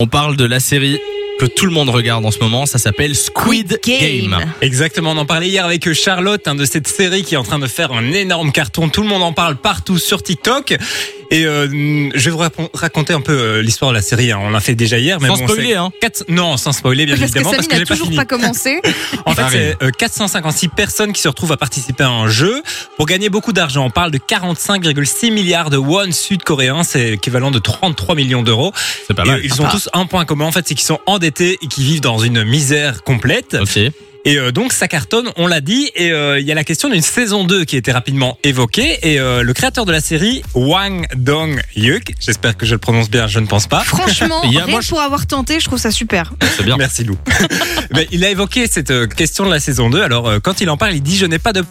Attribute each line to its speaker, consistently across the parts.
Speaker 1: On parle de la série que tout le monde regarde en ce moment, ça s'appelle Squid Game.
Speaker 2: Exactement, on en parlait hier avec Charlotte hein, de cette série qui est en train de faire un énorme carton. Tout le monde en parle partout sur TikTok. Et euh, je vais vous racon- raconter un peu euh, l'histoire de la série. hein. On l'a fait déjà hier, mais
Speaker 1: Sans
Speaker 2: bon,
Speaker 1: spoiler,
Speaker 2: c'est
Speaker 1: hein.
Speaker 2: quatre- Non, sans spoiler, bien
Speaker 3: Parce que
Speaker 2: évidemment,
Speaker 3: Sabine
Speaker 2: parce que
Speaker 3: n'a
Speaker 2: j'ai pas
Speaker 3: toujours
Speaker 2: fini.
Speaker 3: pas commencé.
Speaker 2: En fait,
Speaker 1: Ça arrive.
Speaker 2: c'est euh, 456 personnes qui se retrouvent à participer à un jeu pour gagner beaucoup d'argent. On parle de 45,6 milliards de won sud-coréens, c'est équivalent de 33 millions d'euros.
Speaker 1: C'est pas
Speaker 2: Et euh,
Speaker 1: mal.
Speaker 2: Ils ont tous un point commun, en fait, c'est qu'ils sont endettés et qu'ils vivent dans une misère complète.
Speaker 1: Ah, Ok.
Speaker 2: Et euh, donc ça cartonne, on l'a dit, et euh, il y a la question d'une saison 2 qui a été rapidement évoquée, et euh, le créateur de la série, Wang Dong-hyuk, j'espère que je le prononce bien, je ne pense pas.
Speaker 3: Franchement,
Speaker 1: Il y a-
Speaker 3: rien
Speaker 1: moi,
Speaker 3: que
Speaker 1: je-
Speaker 3: pour avoir tenté, je trouve ça super.
Speaker 1: C'est bien.
Speaker 2: Merci Lou. Mais il a évoqué cette euh, question de la saison 2, alors euh, quand il en parle, il dit je n'ai pas de...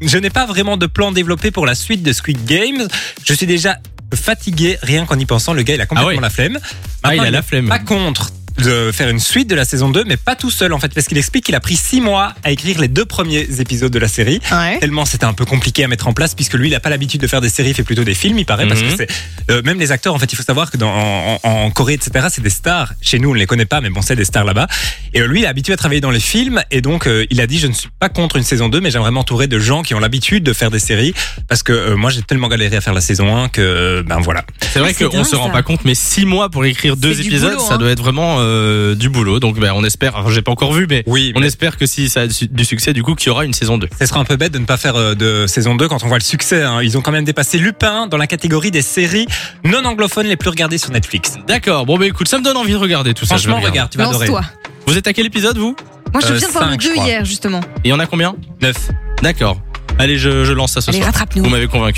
Speaker 2: Je n'ai pas vraiment de plan développé pour la suite de Squid Games. Je suis déjà fatigué rien qu'en y pensant. Le gars, il a complètement
Speaker 1: Ah ouais.
Speaker 2: la flemme.
Speaker 1: Ah, il
Speaker 2: Maintenant,
Speaker 1: a
Speaker 2: il
Speaker 1: la
Speaker 2: est
Speaker 1: flemme.
Speaker 2: pas contre de faire une suite de la saison 2, mais pas tout seul en fait, parce qu'il explique qu'il a pris six mois à écrire les deux premiers épisodes de la série.
Speaker 3: Ouais.
Speaker 2: tellement c'était un peu compliqué à mettre en place puisque lui il n'a pas l'habitude de faire des séries, il fait plutôt des films, il paraît, parce
Speaker 1: Mhm.
Speaker 2: que c'est euh, même les acteurs en fait il faut savoir que dans en, en Corée etc c'est des stars. Chez nous on ne les connaît pas mais bon c'est des stars là-bas. Et euh, lui il est habitué à travailler dans les films et donc euh, il a dit je ne suis pas contre une saison 2 mais j'aimerais m'entourer de gens qui ont l'habitude de faire des séries parce que euh, moi j'ai tellement galéré à faire la saison 1 que euh, ben voilà.
Speaker 1: C'est vrai
Speaker 3: c'est
Speaker 1: qu'on
Speaker 3: dingue,
Speaker 1: se rend
Speaker 3: ça.
Speaker 1: pas compte, mais six mois pour écrire deux
Speaker 3: du
Speaker 1: épisodes,
Speaker 3: boulot,
Speaker 1: ça
Speaker 3: hein.
Speaker 1: doit être vraiment euh, du boulot. Donc, ben, on espère. Alors, j'ai pas encore vu, mais
Speaker 2: Oui,
Speaker 1: on espère que si ça a du du succès, du coup, qu'il y aura une saison 2.
Speaker 2: Ce sera un peu bête de ne pas faire euh, de saison 2 quand on voit le succès. hein. Ils ont quand même dépassé Lupin dans la catégorie des séries non anglophones les plus regardées sur Netflix.
Speaker 1: D'accord. Bon, bah écoute, ça me donne envie de regarder tout ça. je vais
Speaker 2: Franchement,
Speaker 1: regarder.
Speaker 2: regarde, tu vas adorer.
Speaker 3: Lance-toi.
Speaker 1: Vous êtes à quel épisode vous
Speaker 3: Moi, je
Speaker 2: Euh,
Speaker 3: suis bien de voir le
Speaker 2: cinq, je
Speaker 3: 2
Speaker 2: crois.
Speaker 3: hier, justement.
Speaker 1: Il y en a combien
Speaker 2: 9.
Speaker 1: D'accord. Allez, je, je lance ça ce
Speaker 3: Allez,
Speaker 1: soir.
Speaker 3: rattrape-nous.
Speaker 1: Vous m'avez convaincu.